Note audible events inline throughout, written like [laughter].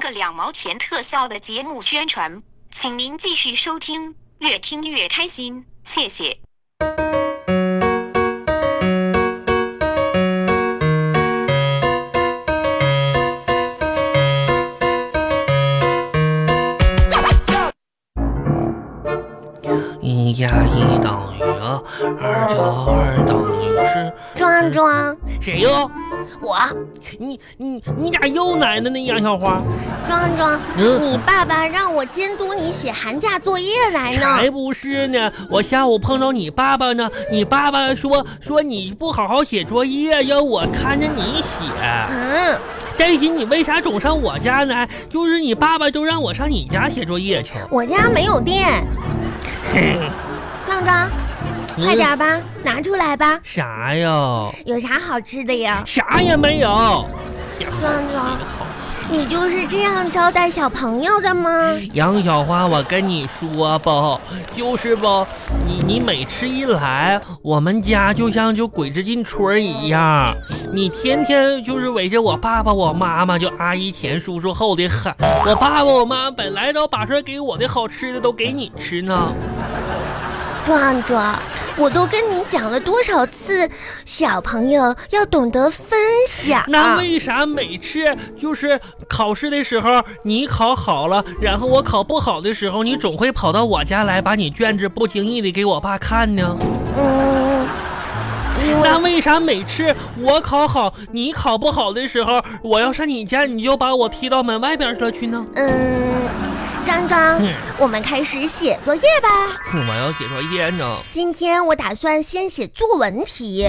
个两毛钱特效的节目宣传，请您继续收听，越听越开心，谢谢。一加一等于二，二加二等于是壮壮，谁哟？我你你你咋又来了呢？杨小花，壮壮，嗯你爸爸让我监督你写寒假作业来呢。才不是呢！我下午碰着你爸爸呢，你爸爸说说你不好好写作业，要我看着你写。嗯，担心你为啥总上我家来？就是你爸爸都让我上你家写作业去。我家没 [laughs] 有电。壮壮，快嗯点吧，拿出来吧。啥呀？有啥好吃的呀？啥也没有。壮壮，你就是这样招待小朋友的吗？杨小花，我跟你说吧，就是吧，你你每次一来，我们家就像就鬼子进村儿一样，你天天就是围着我爸爸、我妈妈，就阿姨前、叔叔后的喊。我爸爸、我妈本来都把这给我的好吃的都给你吃呢，壮壮，我都跟你讲了多少次，小朋友要懂得分享。那为啥每次就是考试的时候你考好了，然后我考不好的时候，你总会跑到我家来把你卷子不经意的给我爸看呢？嗯，因那为为啥每次我考好，你考不好的时候，我要上你家，你就把我踢到门外边去了去呢？嗯，壮壮，我们开始写作业吧。哼我要写作业呢，今天我打算先写作文题。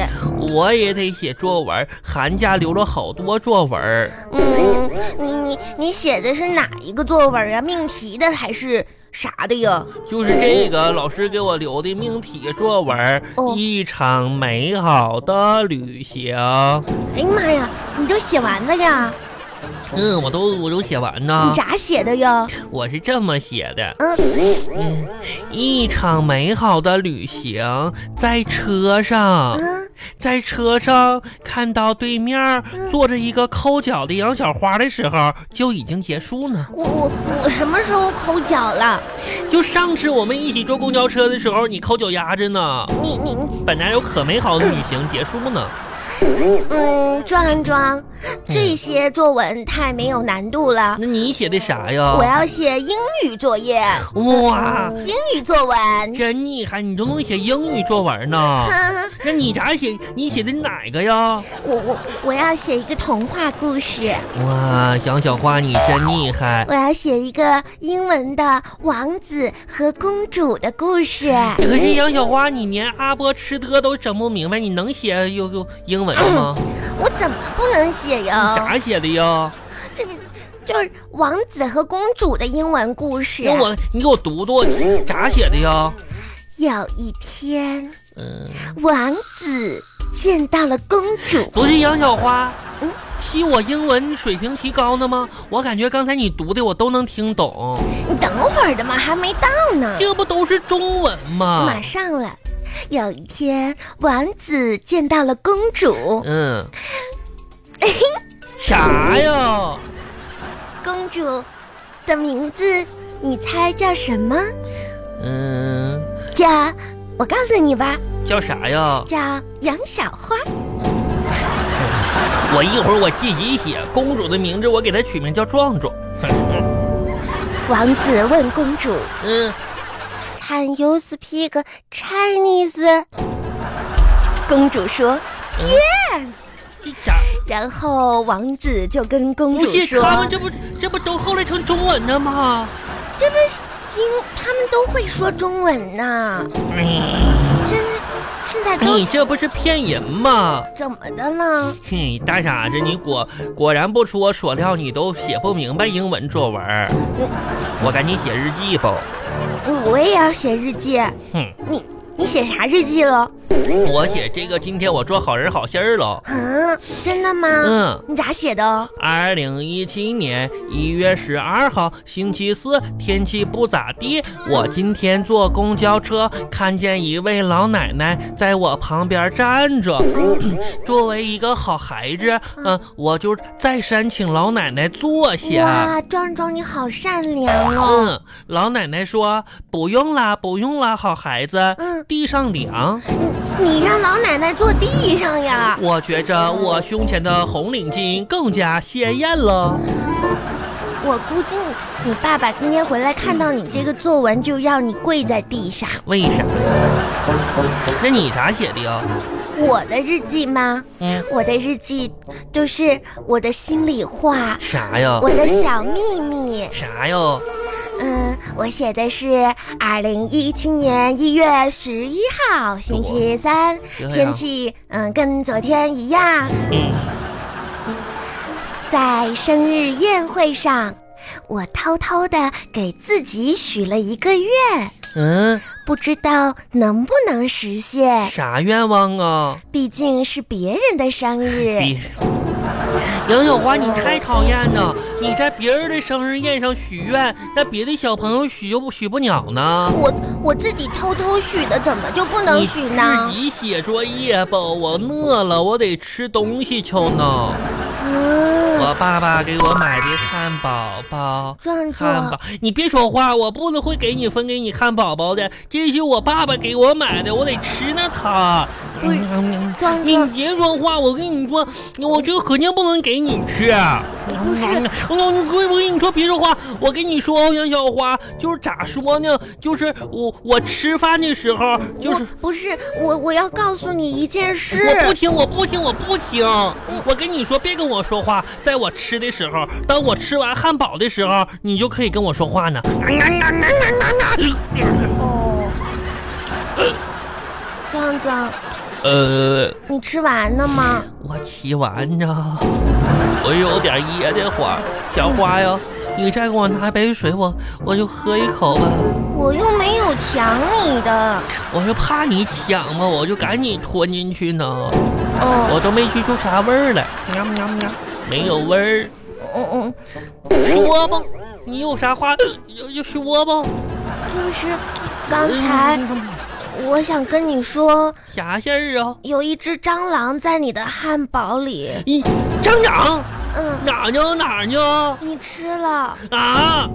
我也得写作文。寒假留了好多作文，嗯，你你你写的是哪一个作文啊？命题的还是啥的呀？就是这个老师给我留的命题作文，哦一场美好的旅行。哎呀妈呀，你都写完了呀？嗯，我都我都写完你呢。咋写的呀？我是这么写的：嗯一场美好的旅行，在车上。嗯。在车上看到对面儿坐着一个抠脚的杨小花的时候，就已经结束呢。我我我什么时候抠脚了？就上次我们一起坐公交车的时候，你抠脚丫子呢。你你你本来有可美好的旅行结束呢。嗯，壮壮，这些作文太没有难度了。那你写的啥我嗯呀？要写英语作业，哇，英语作文。真厉害，你都能写英语作文呢。哈，那你咋写？你写的哪个呀？我我我要写一个童话故事，哇，杨小花你真厉害。我要写一个英文的王子和公主的故事。可是杨小花，你连阿波吃的都整不明白，你能写有有英文吗？我怎么不能写呀？咋写的呀？这个就是王子和公主的英文故事。那我你给我读读咋写的呀？有一天，嗯，王子见到了公主。不是杨小花嗯，希我英文水平提高呢吗？我感觉刚才你读的我都能听懂，你等会儿的嘛，还没到呢，这不都是中文吗马？上了。有一天，王子见到了公主， [laughs] 嗯，啥呀？公主的名字你猜叫什么？嗯，叫我告诉你吧，叫啥呀？叫杨小花。我一会儿我自己写。公主的名字我给她取名叫壮壮。嗯王子问公主 [laughs] 嗯， ：“Can you speak Chinese？” 公主说：“Yes。这咋”然后王子就跟公不主是说他们这不这不都后来成中文的吗？：“这不是英，他们都会说中文呐。”这现在都你这不是骗人吗？怎么的了？嘿，大傻子，你果果然不出我所料，你都写不明白英文作文儿。我赶紧写日记吧。我我也要写日记，哼，你你写啥日记了？我写这个今天我做好人好心儿了。啊，真的吗？嗯，你咋写的哦？二零一七年一月十二号星期四，天气不咋地。我今天坐公交车，看见一位老奶奶在我旁边站着。作为一个好孩子，嗯、我就再三请老奶奶坐下。哇，壮壮你好善良哦。嗯，老奶奶说不用啦，不用啦，好孩子，嗯，地上凉。你你让老奶奶坐地上呀？我觉着我胸前的红领巾更加鲜艳了。我估计你你爸爸今天回来看到你这个作文，就要你跪在地上。为啥呀？那你咋写的呀？我的日记吗？嗯，我的日记就是我的心里话，啥呀？我的小秘密。啥呀？嗯，我写的是二零一七年一月十一号星期三这，样天气嗯跟昨天一样。嗯，在生日宴会上，我偷偷的给自己许了一个愿，嗯，不知道能不能实现，啥愿望啊？毕竟是别人的 [laughs] 生日。闭上。杨小花，你太讨厌了！你在别人的生日宴上许愿，那别的小朋友许又不许不了呢？我我自己偷偷许的，怎么就不能你许呢自？己写作业吧，我饿了，我得吃东西去呢。啊，我爸爸给我买的汉堡包。壮汉壮堡，，你别说话，我不能会给你分给你汉堡包的，这是我爸爸给我买的，我得吃呢它。喂嗯壮你壮，别说话，我跟你说，我这肯定不能给你吃。不是我我我跟你说，别说话，我跟你说，杨小花，就是咋说呢？就是我我吃饭的时候，就我是不是我，我要告诉你一件事。我不听，我不听，我不听！我跟你说，别跟我说话。在我吃的时候，当我吃完汉堡的时候，你就可以跟我说话呢。哦，壮壮，呃，你吃完了吗？我吃完呢，我有点噎得慌。小花呀，你再给我拿杯水，我我就喝一口吧。我又没有抢你的。我就怕你抢嘛，我就赶紧吞进去呢，哦，我都没吃出啥味儿来。喵喵喵，没有味儿。嗯嗯，说吧，你有啥话就就说吧。嗯就是刚才我想跟你说，啥事儿啊？有一只蟑螂在你的汉堡里。你张长嗯，哪儿呢？哪儿呢？你吃了。啊！